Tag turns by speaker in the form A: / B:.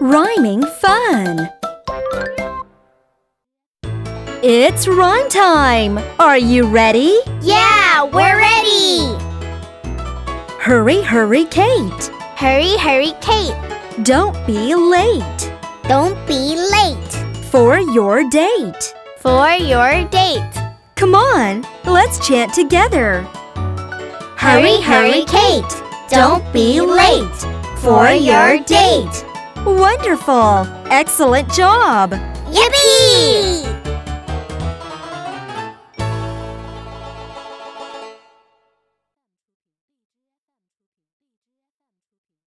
A: Rhyming fun! It's rhyme time! Are you ready?
B: Yeah, we're ready!
A: Hurry, hurry, Kate!
B: Hurry, hurry, Kate!
A: Don't be late
B: Don't be late
A: for your date!
B: for your date.
A: Come on, let's chant together!
B: Hurry, hurry, Kate! Don't be late for your date.
A: Wonderful! Excellent job!
B: Yippee!